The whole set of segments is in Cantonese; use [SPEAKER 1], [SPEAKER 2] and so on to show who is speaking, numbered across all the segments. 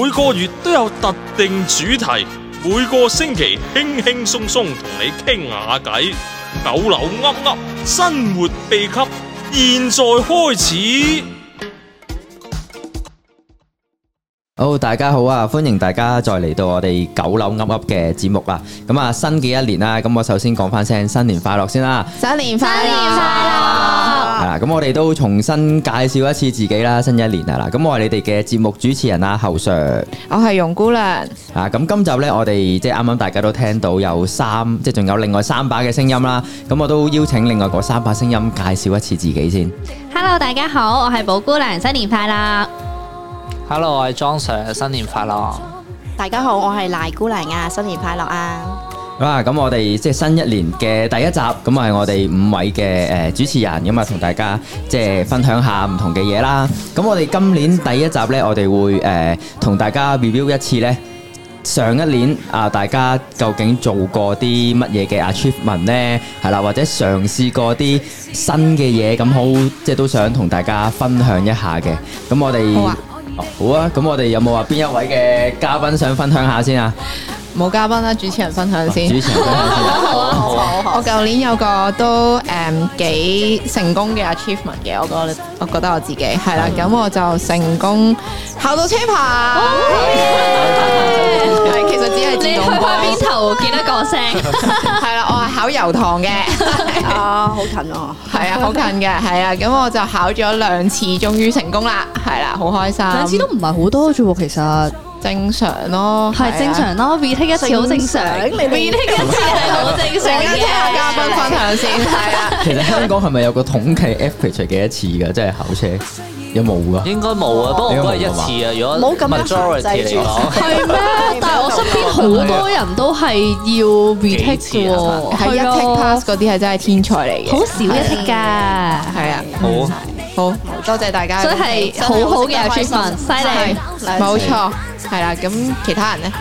[SPEAKER 1] 每個月都有特定主題，每個星期輕輕鬆鬆同你傾下偈，九樓噏噏生活秘笈，現在開始。
[SPEAKER 2] 好，大家好啊！歡迎大家再嚟到我哋九樓噏噏嘅節目啦。咁啊，新嘅一年啦，咁我首先講翻聲新年快樂先啦。
[SPEAKER 3] 新年快樂！
[SPEAKER 4] 新年
[SPEAKER 2] 係
[SPEAKER 4] 快
[SPEAKER 2] 啦，咁我哋都重新介紹一次自己啦，新一年係啦。咁我係你哋嘅節目主持人啦，侯 Sir。
[SPEAKER 3] 我係容姑娘，
[SPEAKER 2] 啊，咁今集呢，我哋即係啱啱大家都聽到有三，即係仲有另外三把嘅聲音啦。咁我都邀請另外嗰三把聲音介紹一次自己先。
[SPEAKER 4] Hello，大家好，我係寶姑娘，新年快樂！
[SPEAKER 5] Hello，我係莊 Sir，新年快樂！
[SPEAKER 3] 大家好，我係賴姑娘啊，新年快樂啊！
[SPEAKER 2] 啊，咁我哋即係新一年嘅第一集，咁係我哋五位嘅誒主持人，咁啊同大家即係分享下唔同嘅嘢啦。咁我哋今年第一集呢，我哋會誒同、大家 review 一次呢。上一年啊，大家究竟做過啲乜嘢嘅 achievement 呢？係啦，或者嘗試過啲新嘅嘢，咁好即係都想同大家分享一下嘅。咁我哋
[SPEAKER 3] 好啊
[SPEAKER 2] 哦好啊，咁我哋有冇話邊一位嘅嘉賓想分享下先啊？
[SPEAKER 3] 冇嘉賓啦，主持人分享 先。
[SPEAKER 2] 主持 人分享先啊。
[SPEAKER 3] 我舊年有個都誒、嗯、幾成功嘅 achievement 嘅，我覺得我覺得我自己係啦，咁我就成功考到車牌。係其實只係
[SPEAKER 4] 你
[SPEAKER 3] 自
[SPEAKER 4] 去
[SPEAKER 3] 動波
[SPEAKER 4] 開邊頭見得個聲，
[SPEAKER 3] 係啦，我係考油塘嘅。
[SPEAKER 6] 啊，好近啊！
[SPEAKER 3] 係啊，好近嘅，係啊，咁我就考咗兩次，終於成功啦，係啦，好開心。
[SPEAKER 7] 兩次都唔係好多啫喎，其實
[SPEAKER 3] 正常咯，
[SPEAKER 4] 係正
[SPEAKER 3] 啊。
[SPEAKER 4] 常咯，retake 一次好正常，retake 一次係好正常
[SPEAKER 3] 大家
[SPEAKER 4] 嘅。
[SPEAKER 3] 聽下嘉賓分享先，係啊。
[SPEAKER 2] 其實香港係咪有個統計 average 幾多次㗎？即係考車有冇㗎？
[SPEAKER 5] 應該冇啊，不過我
[SPEAKER 2] 應該
[SPEAKER 5] 嗰
[SPEAKER 2] 冇
[SPEAKER 5] 係
[SPEAKER 2] 啊嘛
[SPEAKER 5] 一次啊。如
[SPEAKER 6] 唔好
[SPEAKER 5] 果
[SPEAKER 6] 咁樣
[SPEAKER 5] majority
[SPEAKER 6] 限
[SPEAKER 5] 嚟
[SPEAKER 6] 制住
[SPEAKER 5] 講，
[SPEAKER 4] 係咩？但係我身邊好多人都係要 retake 嘅喎，
[SPEAKER 3] 係一 take pass 嗰啲係真係天才嚟嘅，
[SPEAKER 4] 好少一 take 㗎，
[SPEAKER 3] 係啊，
[SPEAKER 5] 好
[SPEAKER 3] 好多謝大家，
[SPEAKER 4] 所以係好好嘅 achievement，犀利。
[SPEAKER 3] 係冇錯，係啦，咁其他人咧，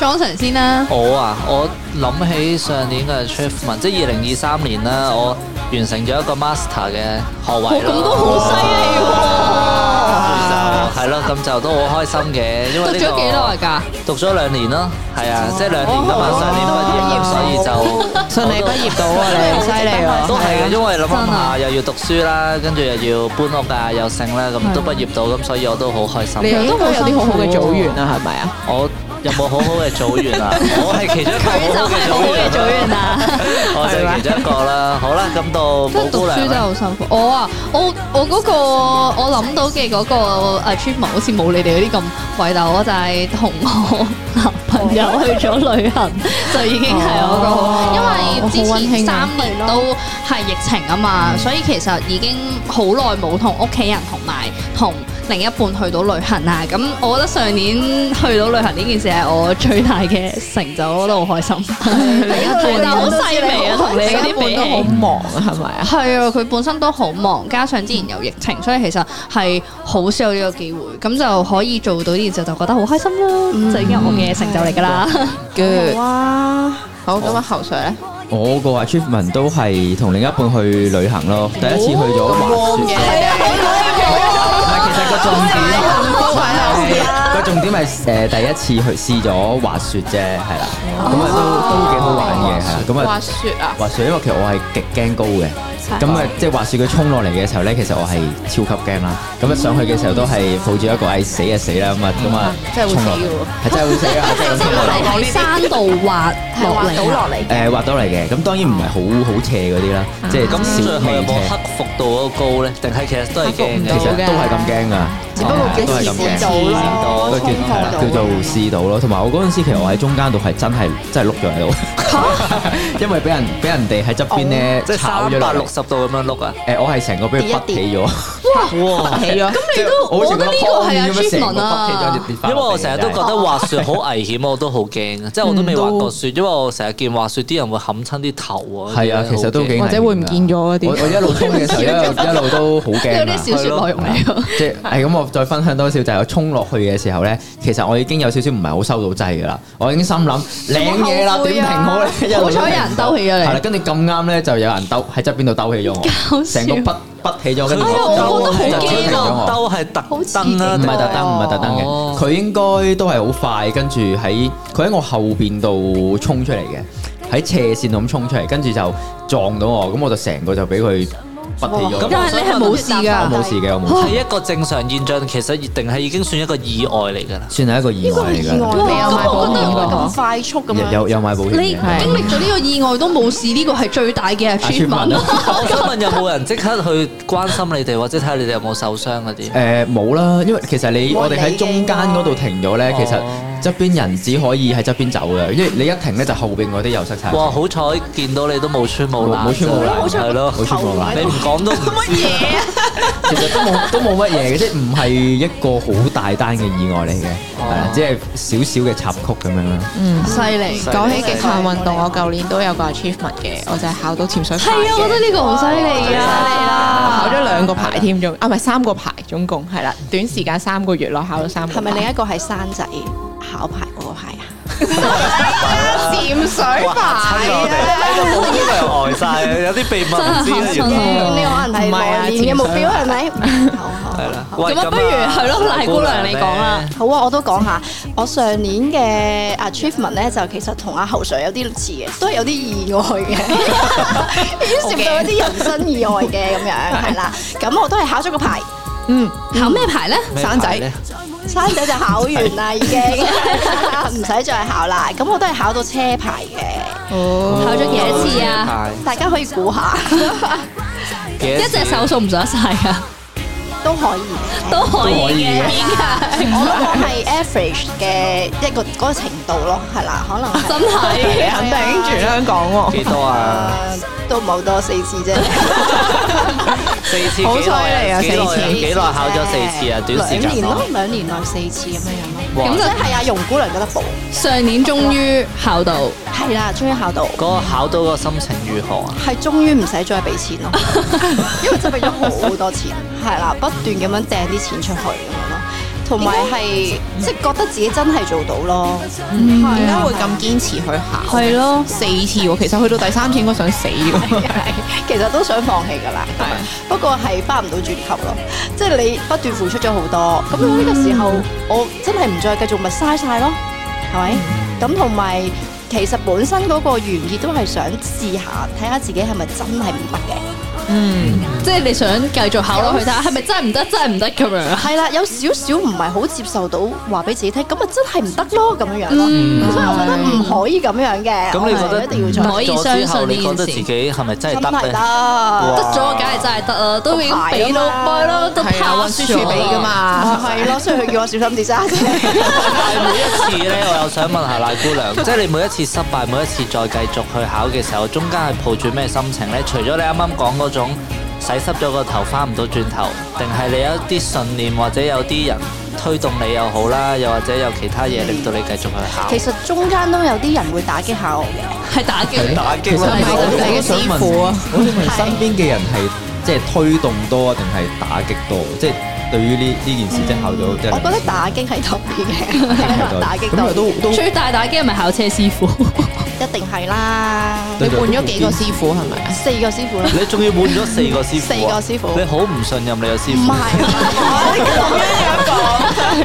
[SPEAKER 4] Johnson 先啦，
[SPEAKER 5] 我啊，我諗起上年嘅 achievement，即係二零二三年啦，我完成咗一個 master 嘅學位咯。
[SPEAKER 4] 咁都好犀利
[SPEAKER 3] 啊
[SPEAKER 5] 咁就係咯，咁就都好開心嘅，因為
[SPEAKER 4] 喎！讀
[SPEAKER 5] 呢
[SPEAKER 4] 咗幾耐
[SPEAKER 5] 個
[SPEAKER 4] 㗎？
[SPEAKER 5] 讀咗兩年咯，係啊，即係兩年㗎嘛，上年畢業咁，所以就
[SPEAKER 3] 順利畢業到啊，你犀利
[SPEAKER 5] 都
[SPEAKER 3] 喎，
[SPEAKER 5] 係嘅，因為諗諗
[SPEAKER 4] 真啊
[SPEAKER 5] 下又要讀書啦，跟住又要搬屋啊，又剩啦，咁都畢業到，咁所以我都好開
[SPEAKER 4] 啊
[SPEAKER 5] 心。
[SPEAKER 3] 你應該有啲好好嘅組員啊，係咪啊？
[SPEAKER 5] 我有冇好好嘅組員啊？我係其中一個
[SPEAKER 4] 佢就
[SPEAKER 5] 好好嘅
[SPEAKER 4] 係好
[SPEAKER 5] 組
[SPEAKER 4] 嘅
[SPEAKER 5] 員，
[SPEAKER 4] 組員 啦。
[SPEAKER 5] 我就係其中一個啦。好啦，咁到
[SPEAKER 4] 即
[SPEAKER 5] 寶
[SPEAKER 4] 係
[SPEAKER 5] 姑
[SPEAKER 4] 讀書
[SPEAKER 5] 娘
[SPEAKER 4] 真係
[SPEAKER 5] 啦，
[SPEAKER 4] 好辛苦。我啊，我我嗰、個我諗到嘅嗰個 achievement 好似冇你哋嗰啲咁偉大，我就係同我男朋友去咗旅 行，就已經係我個，
[SPEAKER 3] 哦
[SPEAKER 4] 因為之前
[SPEAKER 3] 好
[SPEAKER 4] 三年都係疫情啊嘛，所以其實已經好耐冇同屋企人同埋同另一半去到旅行啦。咁我覺得上年去到旅行呢件事係我最大嘅成就，我覺得好開心。 係但係好細微啊，同你嗰啲
[SPEAKER 3] 一
[SPEAKER 4] 比
[SPEAKER 3] 般都好
[SPEAKER 4] 起。
[SPEAKER 3] 忙啊，係咪啊？
[SPEAKER 4] 係啊，佢本身都好忙，加上之前有疫情，所以其實係好少有呢個機會，咁就可以做到呢件事，就覺得好開心咯，就已經係我嘅成就嚟㗎啦。
[SPEAKER 3] Good，
[SPEAKER 6] 哇，
[SPEAKER 3] 好咁啊，侯 Sir 咧，
[SPEAKER 2] 我個 achievement 都係同另一半去旅行咯，第一次去咗滑雪。
[SPEAKER 3] 哦
[SPEAKER 2] 唔係，其實個重點
[SPEAKER 3] 幸福喺度。
[SPEAKER 2] 個重點係誒第一次去試咗滑雪啫，係啦，咁啊都都幾好玩嘅，係啦，咁
[SPEAKER 3] 滑
[SPEAKER 2] 啊。
[SPEAKER 3] 雪啊！
[SPEAKER 2] 滑雪，因為其實我係極驚高嘅，咁啊即係滑雪佢衝落嚟嘅時候咧，其實我係超級驚啦。咁啊上去嘅時候都係抱住一個唉死啊死啦咁啊咁啊，
[SPEAKER 3] 真係會
[SPEAKER 2] 衝落嚟
[SPEAKER 3] 死嘅
[SPEAKER 2] 係真係會死啊！真係會
[SPEAKER 4] 即
[SPEAKER 2] 衝落嚟。
[SPEAKER 4] 係喺山度滑落
[SPEAKER 6] 滑
[SPEAKER 4] 嚟
[SPEAKER 6] 倒
[SPEAKER 4] 啊，
[SPEAKER 6] 落嚟，
[SPEAKER 2] 誒滑到嚟嘅，咁當然唔係好好斜嗰啲啦，即係
[SPEAKER 5] 咁
[SPEAKER 2] 小
[SPEAKER 5] 最後有
[SPEAKER 2] 微
[SPEAKER 5] 冇
[SPEAKER 2] 斜
[SPEAKER 5] 克，服到嗰個高咧？定係其實都係驚
[SPEAKER 2] 其實
[SPEAKER 5] 嘅？
[SPEAKER 2] 都係咁驚噶，
[SPEAKER 6] 只不過
[SPEAKER 2] 係啊都係
[SPEAKER 6] 叫
[SPEAKER 2] 咁
[SPEAKER 6] 試
[SPEAKER 2] 驚
[SPEAKER 6] 到。咯，
[SPEAKER 2] 都叫
[SPEAKER 6] 衝
[SPEAKER 2] 係啦，
[SPEAKER 6] 破
[SPEAKER 2] 叫
[SPEAKER 6] 到
[SPEAKER 2] 做試到咯。同埋我嗰陣時，其實我喺中間度係真係真係碌咗喺度， 因為俾人俾人哋喺側邊咧
[SPEAKER 5] 即係
[SPEAKER 2] 炒咗落
[SPEAKER 5] 三百
[SPEAKER 2] 嚟
[SPEAKER 5] 六。十度咁樣碌啊！
[SPEAKER 2] 誒，我係成個俾佢屈起咗，
[SPEAKER 5] 哇！
[SPEAKER 3] 起咗，
[SPEAKER 4] 咁你都我覺得呢個係 achievement 啊。
[SPEAKER 5] 因為我成日都覺
[SPEAKER 2] 得
[SPEAKER 5] 得滑雪好危險，我都好驚啊！即係我都未滑過雪，因為我成日見滑雪啲人會冚親啲頭啊。
[SPEAKER 2] 係啊，其實都幾危險㗎
[SPEAKER 3] 或者會唔見咗嗰啲
[SPEAKER 2] 我我一路衝嘅時候，一路一路都好驚
[SPEAKER 4] 有
[SPEAKER 2] 啊
[SPEAKER 4] 啲小説內容嚟㗎。
[SPEAKER 2] 即係咁，我再分享多少就係我衝落去嘅時候咧，其實我已經有少少唔係好收到掣噶啦，我已經心諗領嘢啦，點停好咧？一路都
[SPEAKER 4] 啊好彩有人
[SPEAKER 2] 停唔到
[SPEAKER 4] 兜起咗你
[SPEAKER 2] 係啦，跟住咁啱咧就有人兜喺側邊度兜起咗我，
[SPEAKER 4] 搞笑
[SPEAKER 2] 成個筆筆起咗，跟住
[SPEAKER 4] 哎呀
[SPEAKER 2] 就
[SPEAKER 4] 我覺得好
[SPEAKER 2] 就
[SPEAKER 4] 驚
[SPEAKER 2] 咗
[SPEAKER 4] 啊
[SPEAKER 2] 啊我
[SPEAKER 5] 兜係特登啊
[SPEAKER 2] 唔
[SPEAKER 5] 啦，
[SPEAKER 2] 係特登，唔係特登嘅
[SPEAKER 5] 哦，
[SPEAKER 2] 佢應該都係好快，跟住喺佢喺我後邊度衝出嚟嘅，喺斜線度咁衝出嚟，跟住就撞到我，咁我就成個就俾佢拔起
[SPEAKER 5] 哇咁
[SPEAKER 2] 咗。啊
[SPEAKER 5] 但係你係冇事㗎
[SPEAKER 2] 我冇事嘅，我冇事，
[SPEAKER 5] 係一個正常現象，其實定係已經算一個意外嚟㗎啦。
[SPEAKER 2] 算係一個意外嚟
[SPEAKER 6] 意外
[SPEAKER 2] 㗎，
[SPEAKER 6] 嚟㗎
[SPEAKER 3] 有買保險㗎
[SPEAKER 6] 咁快速咁
[SPEAKER 2] 有
[SPEAKER 6] 樣。
[SPEAKER 2] 有有買保險
[SPEAKER 4] 你
[SPEAKER 2] 嘅。
[SPEAKER 4] 經歷咗呢個意外都冇事，呢個係最大嘅 achievement
[SPEAKER 2] 啊
[SPEAKER 4] 啦。
[SPEAKER 5] 我想問有冇人即刻去關心你哋，或者睇下你哋有冇受傷嗰
[SPEAKER 2] 誒
[SPEAKER 5] 啲？
[SPEAKER 2] 冇啦，因為其實你
[SPEAKER 6] 冇
[SPEAKER 2] 我
[SPEAKER 6] 人
[SPEAKER 2] 哋
[SPEAKER 6] 理
[SPEAKER 2] 喺中間嗰度停咗咧，
[SPEAKER 5] 嘅
[SPEAKER 2] 其實側邊人只可以喺側邊走嘅，因為你一停咧就後邊嗰啲又塞晒。
[SPEAKER 5] 哇！好彩見到你都冇穿冇爛，
[SPEAKER 2] 冇穿冇爛
[SPEAKER 5] 係咯，
[SPEAKER 2] 冇穿冇爛
[SPEAKER 5] 你唔講都唔知。
[SPEAKER 2] 其實都冇都冇乜嘢嘅，即係唔係一個好大單嘅意外嚟嘅，係啦，只係少少嘅插曲咁樣啦。
[SPEAKER 4] 犀利，
[SPEAKER 3] 講起極限運動，我舊年都有個 achievement 嘅，我就係考到潛水牌
[SPEAKER 4] 係啊，我覺
[SPEAKER 3] 嘅，
[SPEAKER 4] 得呢個好犀利啊！
[SPEAKER 3] 考咗兩個牌添，仲啊唔係三個牌，總共係啦，短時間三個月內考到三個牌。
[SPEAKER 6] 係咪
[SPEAKER 4] 啊
[SPEAKER 6] 另一個係山仔考牌嗰個 牌啊？
[SPEAKER 3] 潛水牌啊？
[SPEAKER 5] 我哋呢個係呆晒，有啲秘密唔知
[SPEAKER 2] Dạ,
[SPEAKER 5] 啦原來。
[SPEAKER 6] 呢個可能係
[SPEAKER 3] 唔係啊
[SPEAKER 6] 來年嘅目標係咪？好好
[SPEAKER 5] 係啦，喂
[SPEAKER 4] 咁啊不如係咯賴姑娘你講啦。
[SPEAKER 6] 好啊，我都講下，我上年嘅 achievement 咧，就其實同阿侯 Sir 有啲似嘅，都係有啲意外 嘅，牽涉到一啲人生意外嘅咁樣，係啦。咁我都係考咗個牌，
[SPEAKER 3] 嗯
[SPEAKER 4] 考咩牌咧？
[SPEAKER 5] 咩
[SPEAKER 6] 生仔
[SPEAKER 5] 牌咧
[SPEAKER 6] 生仔就考完啦，已經 唔使再考啦。咁我都係考到車牌嘅，
[SPEAKER 3] 哦，
[SPEAKER 4] 考咗幾多次啊？
[SPEAKER 5] 牌
[SPEAKER 6] 大家可以估下
[SPEAKER 5] 幾多
[SPEAKER 4] 一隻手數唔數得晒啊？
[SPEAKER 6] 都可以嘅。
[SPEAKER 4] 都可
[SPEAKER 2] 都可以
[SPEAKER 4] 以
[SPEAKER 2] 嘅
[SPEAKER 4] 嘅，
[SPEAKER 6] 我諗我係 average 嘅一個嗰個程度咯，係啦，可能係
[SPEAKER 4] 真係。
[SPEAKER 3] 你肯定住香港喎。
[SPEAKER 5] 幾多啊？
[SPEAKER 6] 啊都冇多四次 啫。
[SPEAKER 5] 四次幾耐
[SPEAKER 3] 好犀利啊
[SPEAKER 5] 幾耐
[SPEAKER 3] 四次
[SPEAKER 5] 幾耐考咗四次啊？短時
[SPEAKER 6] 兩
[SPEAKER 5] 間
[SPEAKER 6] 年咯
[SPEAKER 5] 咯，，
[SPEAKER 6] 兩年內四次咁樣樣咯。
[SPEAKER 5] 哇
[SPEAKER 6] 咁！即係阿啊容姑娘覺得補，
[SPEAKER 4] 上年終於考到，
[SPEAKER 6] 係啦，終於考到，
[SPEAKER 5] 嗰個考到個心情如何啊？
[SPEAKER 6] 係終於唔使再俾錢咯，因為真係俾咗好多錢，係啦，不斷咁樣掟啲錢出去咁樣咯，同埋係即係覺得自己真係做到咯，
[SPEAKER 3] 點解會咁堅持去考？
[SPEAKER 4] 係咯，
[SPEAKER 3] 四次喎，其實去到第三次應該想死 喎。
[SPEAKER 6] 其實都想放棄㗎啦，不過係翻唔到轉頭咯，即係你不斷付出咗好多，咁呢個時候我真係唔再繼續咪嘥晒咯，係咪？咁同埋其實本身嗰個原意都係想試下，睇下自己係咪真係唔得嘅。
[SPEAKER 4] 即係你想繼續考落去睇下，係咪真係唔得？真係唔得咁樣啊？
[SPEAKER 6] 係啦，有少少唔係好接受到話俾自己聽，咁咪真係唔得咯咁樣樣咯。咁所以我覺得唔可以咁樣嘅。
[SPEAKER 5] 咁你覺
[SPEAKER 6] 哦我係啊
[SPEAKER 5] 得
[SPEAKER 6] 一定要
[SPEAKER 5] 唔
[SPEAKER 6] 做
[SPEAKER 4] 唔可以
[SPEAKER 5] 咗之後，
[SPEAKER 4] 相信呢件事
[SPEAKER 5] 你覺得自己係咪真係
[SPEAKER 6] 真
[SPEAKER 5] 得
[SPEAKER 6] 係
[SPEAKER 5] 咧？
[SPEAKER 6] 得
[SPEAKER 5] 哇
[SPEAKER 4] 得咗梗係真係得啦，都已經俾到咪咯，都 pass
[SPEAKER 3] 啊係啊，運輸署俾㗎
[SPEAKER 4] 咗啦。
[SPEAKER 3] 嘛。
[SPEAKER 6] 係咯，所以佢叫我小心啲揸車。
[SPEAKER 5] 但係每一次咧，我又想問下賴姑 娘，即係你每一次失敗，每一次再繼續去考嘅時候，中間係抱住咩心情咧？除咗你啱啱講嗰種洗濕咗個頭翻唔到轉頭，定係你有一啲信念或者有啲人推動你又好啦，又或者有其他嘢
[SPEAKER 6] 嗯
[SPEAKER 5] 令到你繼續去考？
[SPEAKER 6] 其實中間都有啲人會打擊下我嘅。
[SPEAKER 4] 係打機，
[SPEAKER 5] 打
[SPEAKER 2] 其實
[SPEAKER 5] 擊
[SPEAKER 2] 我
[SPEAKER 5] 啦，
[SPEAKER 2] 我都想
[SPEAKER 3] 師
[SPEAKER 2] 問
[SPEAKER 3] 傅啊，
[SPEAKER 2] 我想問身邊嘅人係即係推動多定係打擊多？即係對於呢呢件事即係考到即係
[SPEAKER 6] 我覺得打擊係特別嘅，打擊
[SPEAKER 2] 咁
[SPEAKER 6] 到
[SPEAKER 2] 又都都
[SPEAKER 4] 最大打機係咪考車師傅？
[SPEAKER 6] 一定係啦，
[SPEAKER 3] 你換咗幾個師傅係咪啊？
[SPEAKER 6] 四個師傅啦。
[SPEAKER 5] 你仲要換咗四個師傅啊，
[SPEAKER 6] 四個師傅
[SPEAKER 5] 你好唔信任你個師
[SPEAKER 6] 唔
[SPEAKER 5] 傅
[SPEAKER 6] 係，。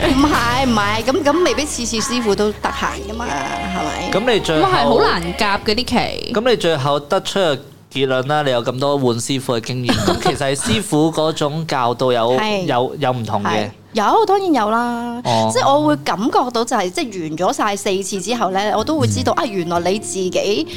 [SPEAKER 6] 唔係唔係，咁咁未必次次師傅都得閒噶嘛，係咪？
[SPEAKER 5] 咁你最
[SPEAKER 4] 咁
[SPEAKER 5] 後
[SPEAKER 4] 係好難夾嘅啲期。
[SPEAKER 5] 咁你最後得出嘅結論啦，你有咁多換師傅嘅經驗， 咁其實係師傅嗰種教導有
[SPEAKER 6] 係
[SPEAKER 5] 有有唔同
[SPEAKER 6] 係
[SPEAKER 5] 嘅，
[SPEAKER 6] 有當然有啦，
[SPEAKER 5] 哦
[SPEAKER 6] 即係我會感覺到就係、即係完咗晒四次之後咧，我都會知
[SPEAKER 5] 嗯
[SPEAKER 6] 道、啊，原來你自己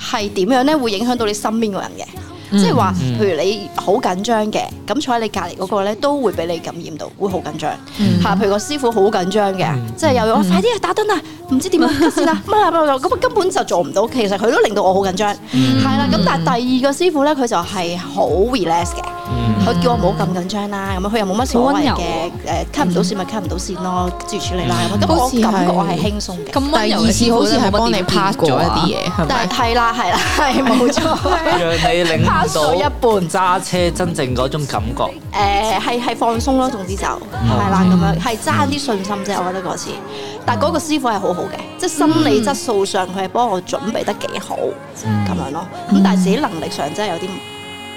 [SPEAKER 6] 係點樣咧，會影響到你身邊個人嘅。
[SPEAKER 4] 嗯
[SPEAKER 6] 即係話，譬如你好緊張嘅，咁坐喺你隔離嗰個咧，都會俾你感染到，會好緊張。
[SPEAKER 4] 嗯
[SPEAKER 6] 嚇，譬如個師傅好緊張嘅，即係又要我快啲啊打燈啊，唔知 點啊急先啊，乜啊乜啊咁啊根本就做唔到。其實佢都令到我好緊張，
[SPEAKER 4] 嗯
[SPEAKER 6] 係啦。咁但係第二個師傅咧，佢就係好 relax 嘅，佢叫我唔好咁緊張啦，咁啊佢又冇乜所謂
[SPEAKER 4] 好溫柔
[SPEAKER 6] 嘅。誒吸唔到線咪吸唔到線咯，諸如此類啦咁樣。咁我感覺我係輕鬆嘅，
[SPEAKER 4] 咁
[SPEAKER 3] 第二次好似係幫你 pass 咗一啲
[SPEAKER 4] 啊
[SPEAKER 3] 嘢，係
[SPEAKER 6] 但
[SPEAKER 3] 咪
[SPEAKER 6] 係？係啦係啦係冇錯，
[SPEAKER 5] 讓你領
[SPEAKER 6] 拋
[SPEAKER 5] 悟
[SPEAKER 6] 咗一半
[SPEAKER 5] 到揸車真正嗰種感覺。
[SPEAKER 6] 誒呃係係放鬆咯，總之就係啦咁樣，係爭啲信心啫，我覺得嗰次。但係嗰個師傅係好好嘅，即係心理質素上佢係幫我準備得幾好咁樣咯。咁但係自己能力上真係有啲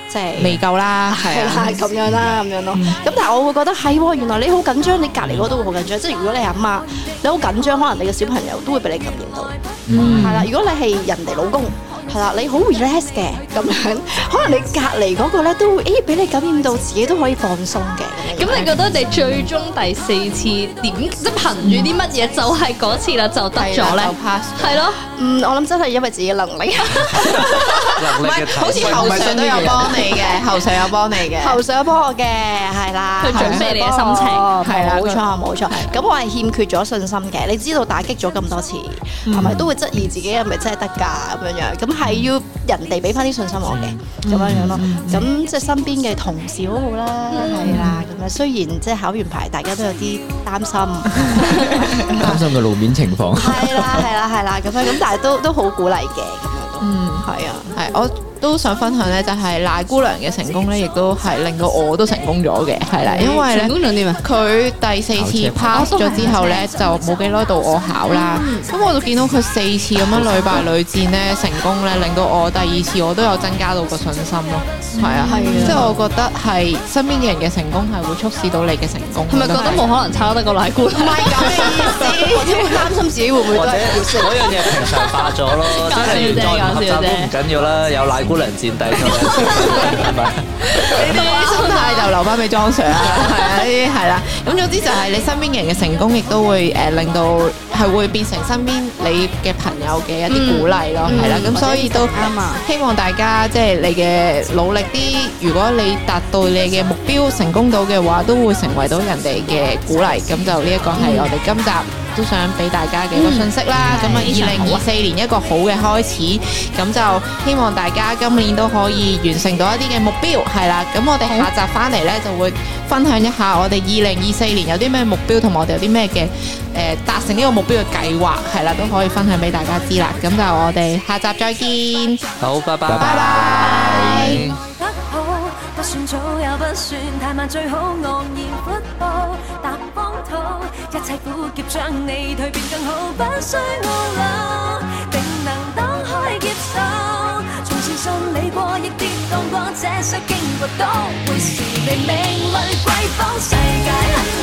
[SPEAKER 6] 即係
[SPEAKER 3] 未夠啦，係
[SPEAKER 6] 係
[SPEAKER 3] 啊
[SPEAKER 6] 啦，咁樣啦，咁樣咯。咁但係我會覺得係喎，原來你好緊張，你隔離嗰度會好緊張。即係如果你係阿媽，你好緊張，可能你嘅小朋友都會俾你感染到。係啦，如果你係人哋老公，係啦，你好 relax 嘅咁樣，可能你隔離嗰個咧都會，誒俾你感染到，自己都可以放鬆嘅。咁樣
[SPEAKER 4] 咁你覺得你最終第四次點即係憑住啲乜嘢就係嗰次啦，就得咗
[SPEAKER 3] 係啦就
[SPEAKER 4] 咧？
[SPEAKER 3] pass
[SPEAKER 4] 係咯，
[SPEAKER 6] 嗯，我諗真係因為自己嘅能力，
[SPEAKER 5] 能力嘅提
[SPEAKER 3] 好似
[SPEAKER 5] 升
[SPEAKER 3] 後上都有幫你 嘅，後上有幫你嘅，
[SPEAKER 6] 後上幫我嘅係啦，
[SPEAKER 4] 去準備你嘅心情
[SPEAKER 6] 係
[SPEAKER 3] 係啦，
[SPEAKER 6] 啦冇錯冇錯。咁我係欠缺咗信心嘅，你知道打擊咗咁多次，係咪都會質疑自己係咪真係得㗎咁樣樣？咁係要人哋俾翻啲信心我嘅咁樣樣咯。咁即係身邊嘅同事好好啦，係啦咁樣。雖然即係考完牌，大家都有啲擔心。
[SPEAKER 2] 擔心嘅路面情況。
[SPEAKER 6] 係啦，係啦，係啦，咁樣咁，但係都都好鼓勵嘅咁樣咯。
[SPEAKER 3] 嗯，
[SPEAKER 6] 係啊，
[SPEAKER 3] 係我都想分享咧，就係賴姑娘嘅成功咧，亦都係令到我都成功咗嘅，係啦，因為咧
[SPEAKER 4] 成。功咗點啊？
[SPEAKER 3] 佢第四次
[SPEAKER 4] 考
[SPEAKER 3] pass
[SPEAKER 4] 車牌
[SPEAKER 3] 咗之後咧，
[SPEAKER 4] 哦
[SPEAKER 3] 就冇幾耐到我考啦。咁我就見到佢四次咁樣屢敗屢戰咧，成功咧，令到我第二次我都有增加到個信心咯。
[SPEAKER 4] 嗯
[SPEAKER 3] 係啊，即係我覺得係身邊嘅人嘅成功係會促使到你嘅成功。
[SPEAKER 4] 係咪覺得冇可能抄得個奶罐？
[SPEAKER 6] 唔係咁嘅 意思，我只會擔心自己會唔會都
[SPEAKER 5] 或者
[SPEAKER 6] 係要
[SPEAKER 5] 嗰樣嘢平常化咗 咯，即係再唔合集都唔緊要啦，有奶姑娘墊底咁樣。
[SPEAKER 3] 呢啲心態就留翻俾莊 Sir 啦，係啊，呢啲係啦。咁總之就係你身邊嘅人嘅成功，亦都會誒令到係會變成身邊你嘅朋友嘅一啲鼓勵咯，係啦。咁所以都
[SPEAKER 4] 啱啊
[SPEAKER 3] 希望大家即係你嘅努力啲，如果你達到你嘅目標成功到嘅話，都會成為到人哋嘅鼓勵。咁就呢一個係我哋今集。都想俾大家嘅一個信息啦，咁啊二零二四年一個好嘅開始，咁就希望大家今年都可以完成到一啲嘅目標，係啦。咁我哋下集翻嚟呢，就會分享一下我哋二零二四年有啲咩目標，同埋我哋有啲咩嘅呃誒達成呢個目標嘅計劃，係啦，都可以分享俾大家知啦。咁就我哋下集再見。
[SPEAKER 5] 好，拜拜，
[SPEAKER 2] 拜
[SPEAKER 5] 拜
[SPEAKER 8] 不好，不算早也不算太慢，最好昂然闊步踏荒土，一切苦澀將你蛻變更好，不需懊惱，定能擋開劫手。從前信你過，亦跌宕過，這些經過都會是你命裏瑰寶世界。